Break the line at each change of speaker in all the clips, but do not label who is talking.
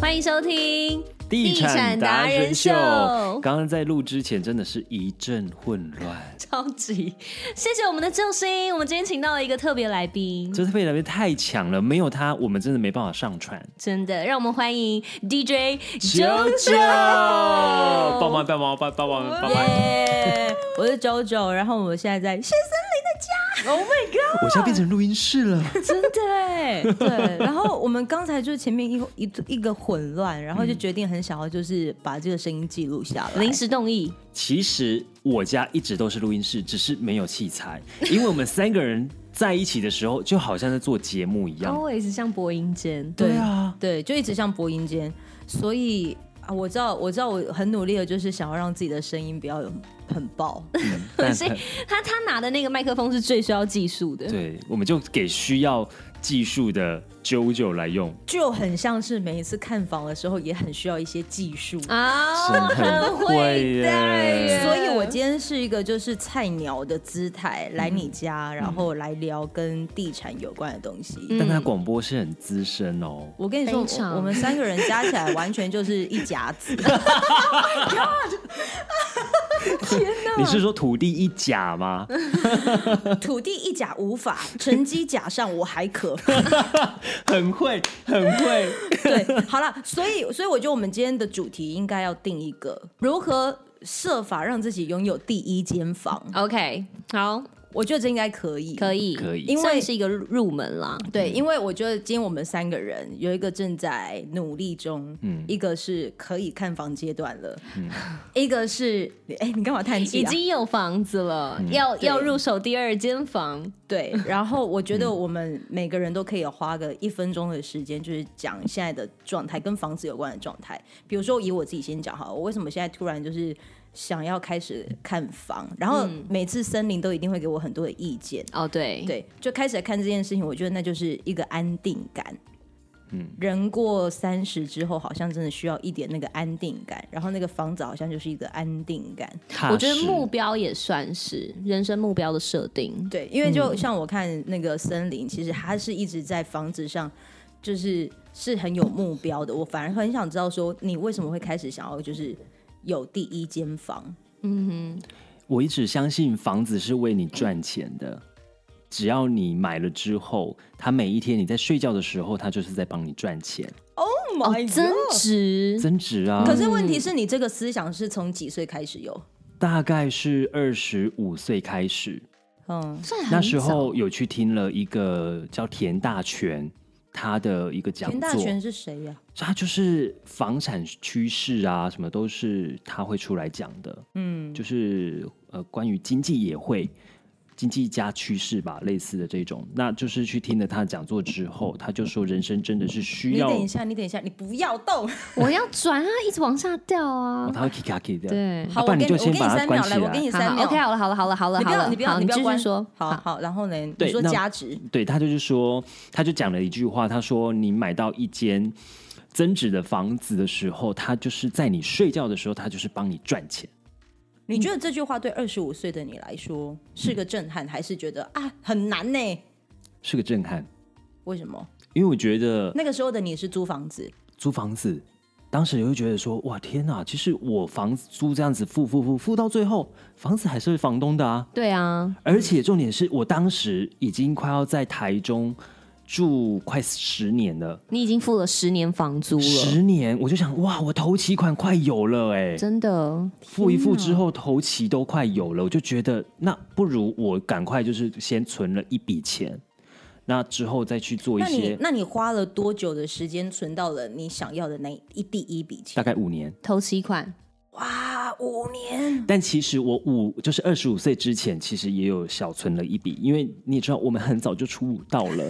欢迎收听《
地产达人秀
秀》，
刚刚在录之前真的是一阵混乱，
超级谢谢我们的救星，我们今天请到了一个特别来宾，
这配来宾太强了，没有他我们真的没办法上传。
真的，让我们欢迎 DJ
九九，帮忙帮忙帮帮忙帮忙！
耶！我是九九，然后我现在在谢森林的家。Oh my god！
我现在变成录音室了，
真的哎，对。然后我们刚才就是前面一一一个混乱，然后
嗯
就决定很想要就是把这个声音记录下来。
临时动议，
其实我家一直都是录音室，只是没有器材，因为我们三个人在一起的时候，就好像在做节目一样。
always 像播音间，
对
对啊，
对，就一直像播音间，所以啊，我知道，我知道，我很努力的，就是想要让自己的声音不要有很爆。
嗯 但
所以他他拿的那个麦克风是最需要技术的，
对，我们就给需要技术的九九来用，
就很像是每一次看房的时候，也很需要一些技术。
啊，
真的很会耶
带耶
所以，我今天是一个就是菜鸟的姿态来
嗯
你家，然后来聊跟地产有关的东西。
但他广播是很资深哦。
我跟你说，
嗯非常
我我们三个人加起来完全就是一甲子，
你是说土地一甲吗？
土地一甲无法，成绩甲上我还可。
很会，很会。
对，好了，所以所以我觉得我们今天的主题应该要定一个如何。设法让自己拥有第一间房，
OK，好，
我觉得这应该可以。
可以，嗯
可以
因
因为
为是一个入入门啦，
对，因为我觉得今天我们三个人有一个正在努力中，
嗯
一个是可以看房阶段了，一个是哎，你干嘛叹
嗯
气、啊？嗯
已经有房子了，要
对
要入手第二间房，
对，然后我觉得我们每个人都可以有花个一分钟的时间，就是讲现在的状态跟房子有关的状态。比如说以我自己先讲哈，我为什么现在突然就是想要开始看房，然后每次森林都一定会给我很多的意见，
哦，对，
对，就开始来看这件事情，我觉得那就是一个安定感。嗯，人过三十之后，好像真的需要一点那个安定感，然后那个房子好像就是一个安定感。
踏
我觉得
实
目标也算是人生目标的设定，
对，因为就
嗯
像我看那个森林，其实他是一直在房子上，就是是很有目标的。我反而很想知道说，你为什么会开始想要就是有第一间房？
我一直相信房子是为你赚钱的，只要你买了之后，它每一天你在睡觉的时候，它就是在帮你赚钱，
哦，
哎
增值，
增值啊。
可是问题是你这个思想是从几岁开始有？
大概是二十五岁开始，
嗯，
算很
那时
早
候有去听了一个叫田大全他的一个讲
田大
座，
全是谁呀、
他就是房产趋势啊，什么都是他会出来讲的。嗯，就是呃，关于经济也会经济加趋势吧，类似的这种。那就是去听了他的讲座之后，他就说人生真的是需
你
要，
等一下，你等一下，你不要动。
我要转啊，一直往下掉
哦
啊，
他会 kick kick kick 的。
对
啊
好，
不
我
然
给
你就
我给
先
你
把它
三
关
秒，
起
来，我给你
好
三
好
秒。
，OK，好了，好了，好了，好了，
你不
好
要，
了，
你不要，
好
你不要
继
关
续说，
好好，然后呢？你
对
说
那
价值，
对他就是说，他就讲了一句话，他说你买到一间增值的房子的时候，他就是在你睡觉的时候，他就是帮你赚钱。
你
嗯
觉得这句话对二十五岁的你来说是个震撼，还是觉得啊很难呢、
是个震撼，
为什么？
因为我觉得
那个时候的你是租房子，
租房子，当时也会觉得说，哇，天哪！其实我房子租这样子付付付付到最后，房子还是房东的啊。
对啊，
而且重点是我当时已经快要在台中住快十年了，
你已经付了十年房租了，
十年我就想，哇，我头期款快有了哎、
真的，
付一付之后，头期都快有了，我就觉得那不如我赶快就是先存了一笔钱，那之后再去做一
那你
些
那你花了多久的时间存到了你想要的那一第一笔
大
钱？
概五年。
头期款，
哇，五年！
但其实我五就是二十五岁之前，其实也有小存了一笔，因为你也知道，我们很早就出道 了，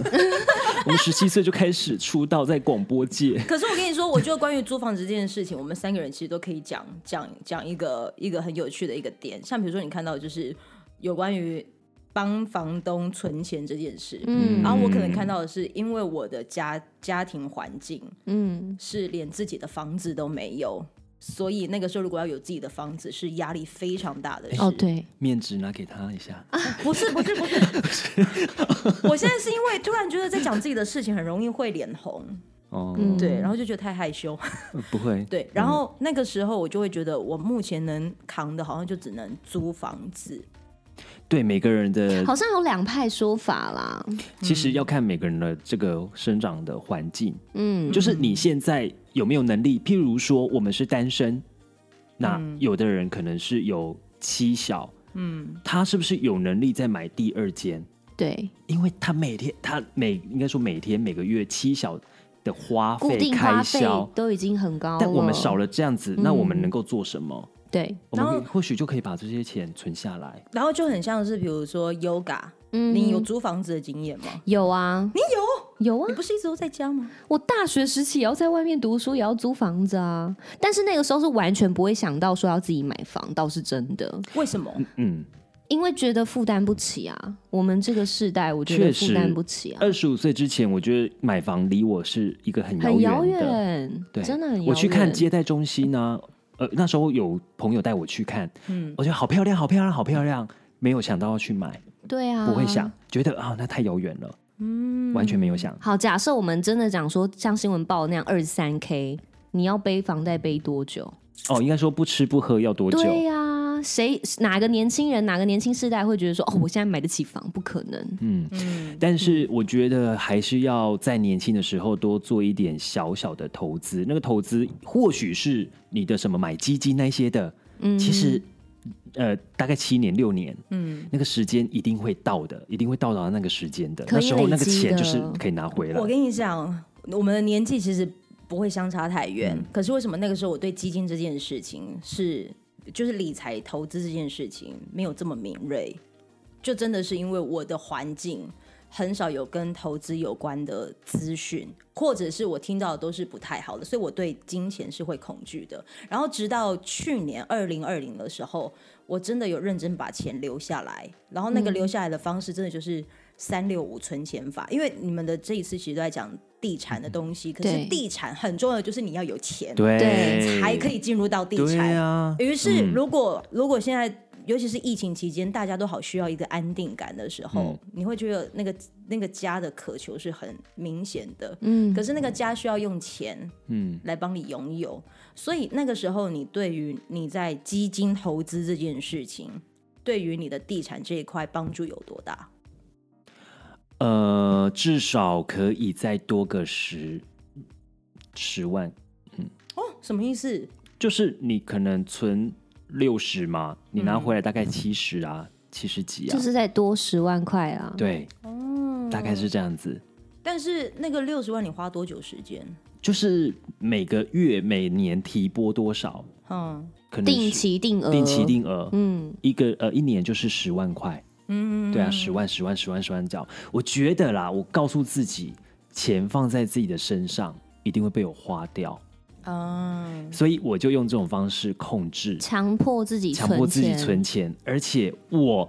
我们十七岁就开始出道在广播界。
可是我跟你说，我觉得关于租房子这件事情，我们三个人其实都可以讲讲讲一个一个很有趣的一个点，像比如说你看到就是有关于帮房东存钱这件事，
嗯
然后我可能看到的是，因为我的家家庭环境
嗯，
是连自己的房子都没有，所以那个时候如果要有自己的房子，是压力非常大的事。
哦，对，
面纸拿给他一下，
啊
不是不是不是，我现在是因为突然觉得在讲自己的事情很容易会脸红，
哦，
嗯
对，然后就觉得太害羞，
呃不会，
对，然后那个时候我就会觉得我目前能扛的，好像就只能租房子，
对每个人的
好像有两派说法啦。
其实要看每个人的这个生长的环境，
嗯，
就是你现在有没有能力。譬如说，我们是单身，那
嗯
有的人可能是有妻小，嗯，他是不是有能力再买第二间？
对，
因为他每天他每应该说每天每个月妻小的花
固
费
定花
开
费嗯
销，
都已经很高了，
但我们少了这样子，那我们能够做什么？
对，
我
然后
们或许就可以把这些钱存下来。
然后就很像是比如说 yoga，
嗯
你有租房子的经验吗？
有啊，你有有啊
你，不是一直都在家吗？
我大学时期也要在外面读书，也要租房子啊。但是那个时候是完全不会想到说要自己买房，倒是真的，
为什么？
嗯，
因为觉得负担不起啊。我们这个世代，我觉得
确实
负担不起啊，
二十五岁之前，我觉得买房离我是一个很
很
遥
遥
远的。
远，
对，
真的很遥远。
我去看接待中心呢、呃，那时候有朋友带我去看，
嗯
我觉得好漂亮，好漂亮，好漂亮，没有想到要去买，
对啊，
不会想，觉得啊、那太遥远了，嗯，完全没有想。
好，假设我们真的讲说像新闻报那样二十三 k，你要背房贷背多久？
哦，应该说不吃不喝要多久？
对呀、谁哪个年轻人哪个年轻世代会觉得说哦，我现在买得起房？不可能。
嗯
嗯
但是我觉得还是要在年轻的时候多做一点小小的投资，那个投资或许是你的什么买基金那些的，嗯，其实呃大概七年六年，嗯，那个时间一定会到的，一定会到达那个时间的，
可以
那时候那个
累积的
钱就是可以拿回来
我。跟你讲，我们的年纪其实不会相差太远，
嗯
可是为什么那个时候我对基金这件事情是，就是理财投资这件事情没有这么敏锐？就真的是因为我的环境很少有跟投资有关的资讯，或者是我听到的都是不太好的，所以我对金钱是会恐惧的。然后直到去年二零二零的时候，我真的有认真把钱留下来，然后那
嗯
个留下来的方式真的就是三六五存钱法，因为你们的这一次其实都在讲地产的东西，可是
嗯对
地产很重要的就是你要有钱，
对
才可以进入到地
对
产。
啊，
于是，如果、如果现在，尤其是疫情期间，大家都好需要一个安定感的时候，
嗯
你会觉得那个那个家的渴求是很明显的。
嗯，
可是那个家需要用钱
嗯，
来帮你拥有，所以那个时候你对于你在基金投资这件事情，对于你的地产这一块帮助有多大？
呃，至少可以再多个十十万，
哦，什么意思？
就是你可能存六十嘛，你拿回来大概七十啊，七十几
嗯
啊，
就是哦再多十万块啊。
对，大概是这样子。
但是那个六十万你花多久时间？
就是每个月、每年提拨多少，
嗯
可能是
定期定额，
定期，定额，
嗯，
一个呃一年就是十万块，
嗯，
对啊，十万、十万、十万、十万这样。我觉得啦，我告诉自己，钱放在自己的身上一定会被我花掉，
啊，
所以我就用这种方式控制，
强迫自己
强迫自己
钱
存钱，而且我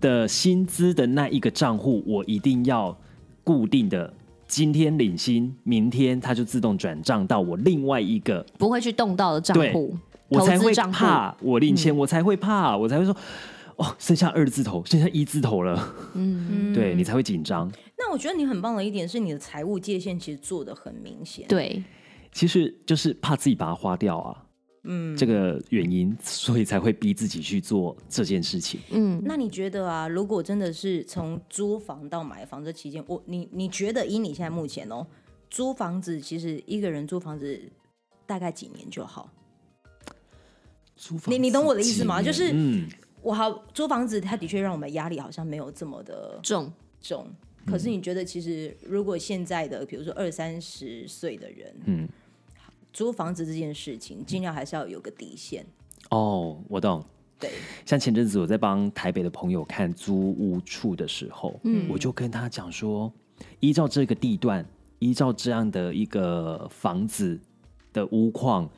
的薪资的那一个账户，我一定要固定的。今天领薪，明天它就自动转账到我另外一个
不会去动到的账户，
我才
投
会
资账户嗯
怕我领钱，我才会怕，我才会说哦，剩下二字头，剩下一字头了，
嗯，
对你才会紧张。
那我觉得你很棒的一点是，你的财务界限其实做的很明显。
对，
其实就是怕自己把它花掉啊，嗯，这个原因，所以才会逼自己去做这件事情。
嗯，
那你觉得啊，如果真的是从租房到买房这期间，我你你觉得以你现在目前哦，租房子其实一个人租房子大概几年就好？
租
你你懂我的意思吗
房子
就是
嗯，
我好租房子，它的确让我们压力好像没有这么的
重，
重。
嗯
可是你觉得，其实如果现在的，比如说二三十岁的人，嗯
嗯，
租房子这件事情，尽量还是要有个底线。
哦，我懂。
对，
像前阵子我在帮台北的朋友看租屋处的时候，我就跟他讲说，依照这个地段，依照这样的一个房子的屋况，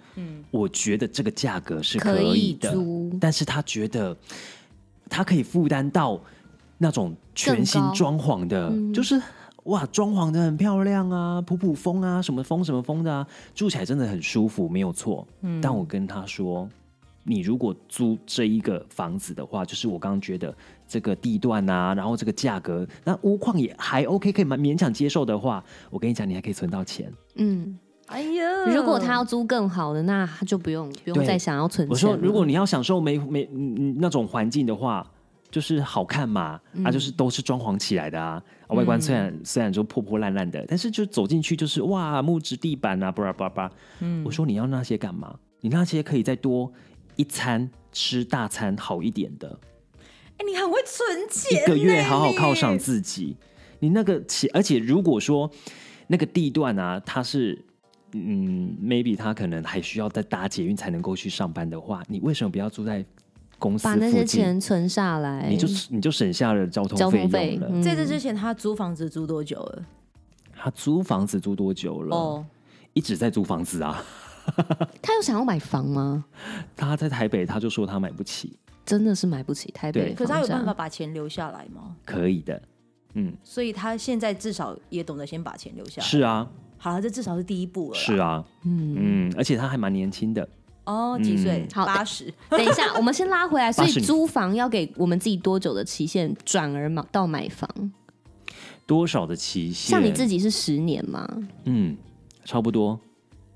我觉得这个价格是
可
以
以
的，
租
但是他觉得他可以负担到那种全新
更高嗯
装潢的，就是。哇，装潢的很漂亮啊，普普风
嗯
啊，什么风什么风的啊，住起来真的很舒服，没有错。但我跟他说，你如果租这一个房子的话，就是我刚刚觉得这个地段啊，然后这个价格，那屋况也还 OK，可以蛮勉强接受的话，我跟你讲，你还可以存到钱。
嗯，
哎呀，
如果他要租更好的，那他就不用不用
对
再想要存钱了。
我说，如果你要享受美美嗯嗯那种环境的话，就是好看嘛，
嗯
啊，就是都是装潢起来的啊，啊外观虽然、虽然说破破烂烂的，但是就走进去就是哇，木质地板啊，巴拉巴拉巴拉。
嗯
我说你要那些干嘛？你那些可以再多一餐吃大餐好一点的，
哎、你很会存钱、
一个月好好犒赏。自己。你那个起，而且如果说那个地段啊，它是嗯，maybe 它可能还需要再搭捷运才能够去上班的话，你为什么不要住在公司
把那
附
些
近？
钱存下来，
你就你就省下了交
交
通费
通
用
费
了。。
嗯
在这之前，他租房子租多久了？
他租房子租多久了？
哦，
一直在租房子啊。
他有想要买房吗？
他在台北，他就说他买不起，
真的是买不起台北
对
的
可是他
房
有
价
办法把钱留下来吗？
可以的。嗯，
所以他现在至少也懂得先把钱留下来。
是啊，
好了，这至少是第一步了。
是。啊，嗯嗯，而且他还蛮年轻的。
哦，几岁？
嗯
好
八十。
等一下，我们先拉回来。所以
80
租房要给我们自己多久的期限转而买到买房？
多少的期限？
像你自己是十年嘛？
嗯，差不多。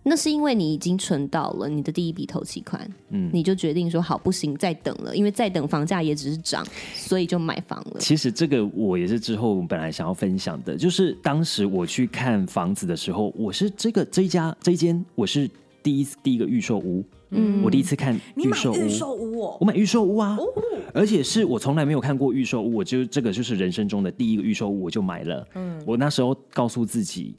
那是因为你已经存到了你的第一笔头期款，
嗯
你就决定说好不行，再等了，因为再等房价也只是涨，所以就买房了。
其实这个我也是之后本来想要分享的，就是当时我去看房子的时候，我是这个这一家这一间我是第一次第一个预售屋，
嗯
我第一次看
你
预
买
售屋，
预售屋哦
我？买预售屋啊，而且是我从来没有看过预售屋，我就这个就是人生中的第一个预售屋，我就买了。嗯，我那时候告诉自己，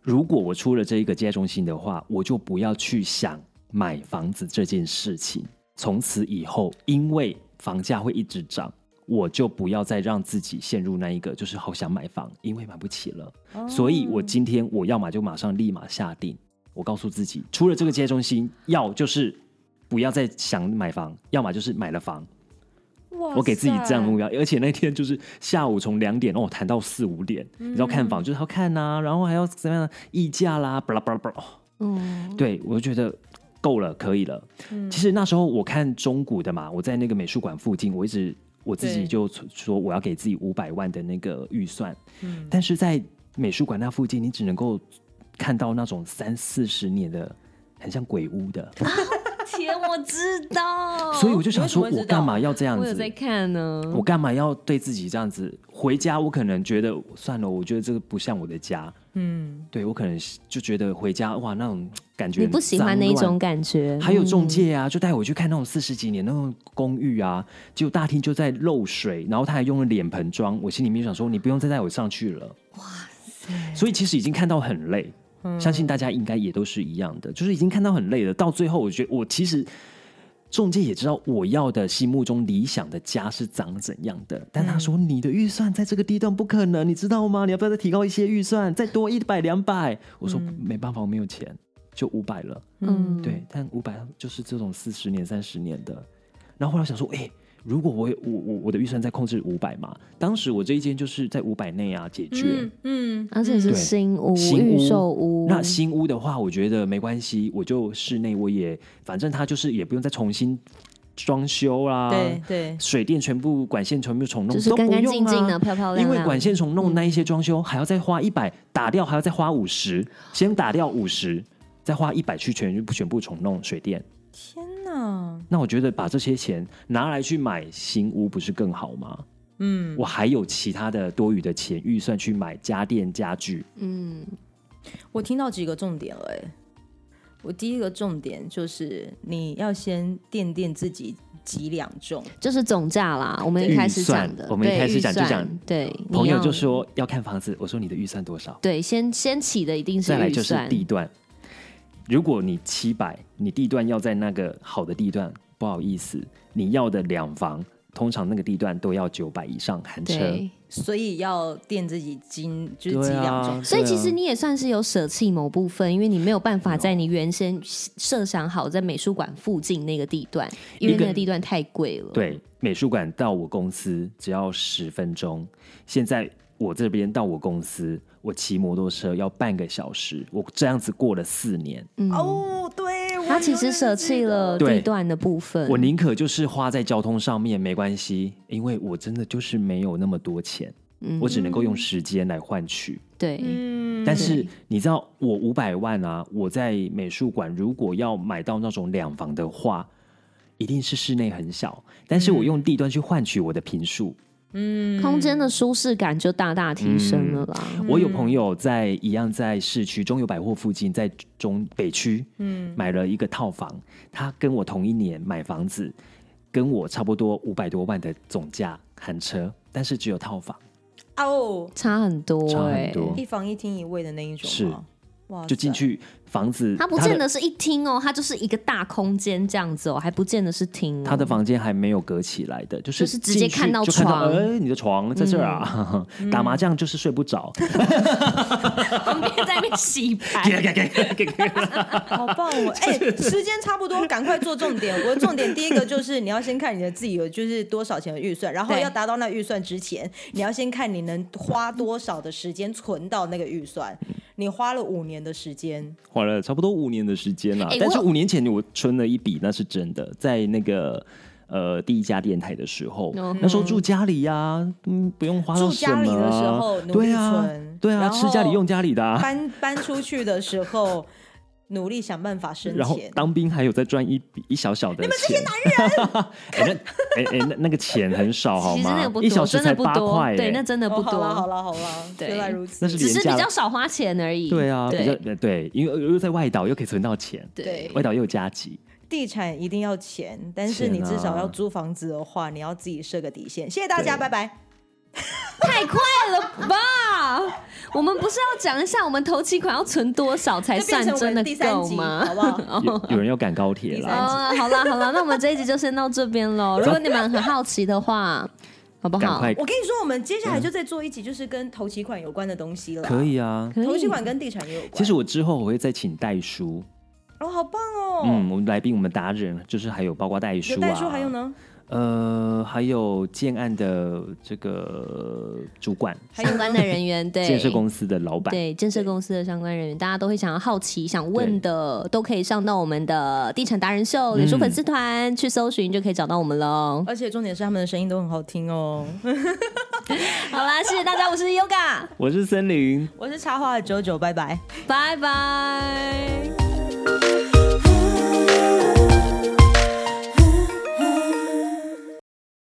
如果我出了这一个接中心的话，我就不要去想买房子这件事情。从此以后，因为房价会一直涨，我就不要再让自己陷入那一个就是好想买房，因为买不起了。所以我今天我要么就马上立马下定。我告诉自己，出了这个接中心，要就是不要再想买房，要么就是买了房。
哇
我给自己这样的目
塞
标，而且那天就是下午从两点哦谈到四五点，
嗯
你知道看房就是要看呐、然后还要怎么样议价啦，巴拉巴拉巴拉。哦
嗯，
对我就觉得够了，可以了。
嗯
其实那时候我看中古的嘛，我在那个美术馆附近，我一直我自己
对
就说我要给自己五百万的那个预算，
嗯
但是在美术馆那附近，你只能够看到那种三四十年的。很像鬼屋的，
天，我知道，
所以我就想说，
哦你为什么会知
我
道
干嘛要这样
我
子？
有在看呢。
嗯
我干嘛要对自己这样子？回家我可能觉得算了，我觉得这个不像我的家。嗯，对我可能是就觉得回家哇那种感觉
你
很
不喜欢
脏
那一
乱
种感觉，
还有
嗯
中介啊，就带我去看那种四十几年那种公寓啊，结果大厅就在漏水，然后他还用了脸盆装，我心里面想说，你不用再带我上去了。哇塞！嗯所以其实已经看到很累，相信大家应该也都是一样的，就是已经看到很累了。到最后，我觉得我其实中介也知道我要的心目中理想的家是长怎样的，但他说你的预算在这个地段不可能，你知道吗？你要不要再提高一些预算，再多一百两百？我说没办法，我没有钱，就五百了。
嗯，
对，但五百就是这种四十年、三十年的。然后后来想说，哎、如果我我我我的预算再控制五百嘛，当时我这一间就是在五百内啊解决
嗯。嗯，
而且是
对
新屋、
新
预
屋
售屋，
那新屋的话，我觉得没关系，我就室内我也反正它就是也不用再重新装修啦，
对，对，
水电全部管线全部重弄，
就是
都不
干干
用
净净
啊
的、漂漂亮亮。嗯
因为管线重弄那一些装修，还要再花一百打掉，还要再花五十，先打掉五十，再花一百去全部全部重弄水电。
天
嗯
哪！
那我觉得把这些钱拿来去买新屋，不是更好吗？
嗯，
我还有其他的多余的钱预算去买家电家具，
嗯，
我听到几个重点了、欸。我第一个重点就是你要先掂掂自己几两重，
就是总价啦，我们一
预
开始
算
讲的，
我们一
对
开始
预
讲就
算
讲
对，你
朋友
要
就说要看房子，我说你的预算多少？
对，先先起的一定是
再来
预
就是
算
地段，如果你七百，你地段要在那个好的地段，不好意思，你要的两房，通常那个地段都要九百以上含车。
对，
所以要掂自己斤，就是几
对
两
啊
重。，
所以
对
其
啊
实你也算是有舍弃某部分，因为你没有办法在你原先设想好在美术馆附近那个地段，因为
一个
那个地段太贵了。，
对，美术馆到我公司只要十分钟。现在我这边到我公司，我骑摩托车要半个小时。我这样子过了四年，
嗯，
哦，对，我
啊，他其实舍弃了
对
地段的部分。
我宁可就是花在交通上面没关系，因为我真的就是没有那么多钱，
嗯
我只能够用时间来换取。
对，
嗯
但是你知道，我五百万啊，我在美术馆如果要买到那种两房的话，一定是室内很小，但是我用地段去换取我的平数。
嗯
空间的舒适感就大大提升
嗯
了啦。
我有朋友在一样在市区中友百货附近，在中北区，嗯，买了一个套房，他跟我同一年买房子，跟我差不多五百多万的总价含车，但是只有套房，
哦，
差很多、欸，
差很多。
一房一厅一卫的那一种
是
吗哇塞，
就进去房子，啊
它不
嗯的
见得是一厅哦，它就是一个大空间这样子哦，还不见得是厅、哦。
他的房间还没有隔起来的，就是
就是直接
进去
看到
就看到
床嗯
哎、你的床在这儿啊， 打麻将就是睡 不着，
旁边在那边洗牌，
好棒 哦！哎、时间差不多，赶快做重点。我的重点第一个就是你要先看你的自己有就是多少钱的预算，然后
对
要达到那个预算之前，你要先看你能花多少的时间存到那个预算。你花了五年的时间，
花了差不多五年的时间了、
哎
但是
我
五年前我存了一笔，那是真的，在那个。呃，第一家电台的时候
嗯
那时候住家里呀、嗯，不用花到
住
什么、
家
啊。
里的时候努力
对啊
存，
对啊，
然后
吃家里用家里的、啊，
搬搬出去的时候努力想办法生
然后
钱。
当兵还有再赚一笔一小小的钱。你们这些男人， 哎、那哎哎、那那个钱很少好
其实
吗？
那个不
一小
多，
时
真的
才
不
八
多，
块、哎
对，那真的不
哦，好
多，
啦好啦好啦，
对
原来如此。
那是
只是
廉
比
价
较少花钱而已。
对啊，比较
对
呃对，因为又在外岛又可以存到钱，
对
外岛又有加急，
地产一定要钱，但是
钱
你至少
啊
要租房子的话，你要自己设个底线。谢谢大家，
对
拜拜。
太快了吧！我们不是要讲一下我们头期款要存多少才
这变
算
成我
真
们
的
第三
够
集，
吗？
好不好？
有有人要赶高铁
第
啦
三。
哦，好啦好啦，那我们这一集就先到这边 喽。如果你们很好奇的话，好不
赶
哦好？
快
我跟你说，我们接下来就再做一集，就是跟投期款有关的东西了。
嗯可，以啊。
可以
投期款跟地产也有关。
其实我之后我会再请代书，
哦，好棒哦！
嗯，我们来宾我们达人就是还有包括代书
有
啊，
代书还有呢，
呃，还有建案的这个主管，
还有
相关
呢
的人员，对
建设公司的老板，
对建设公司的相关人员，大家都会想要好奇、想问的，都可以上到我们的地产达人秀脸书
嗯
粉丝团去搜寻，就可以找到我们喽。
而且重点是他们的声音都很好听哦。
好啦，谢谢大家，我是 Yoga，
我是森林，
我是插花的九九，拜拜。
拜拜。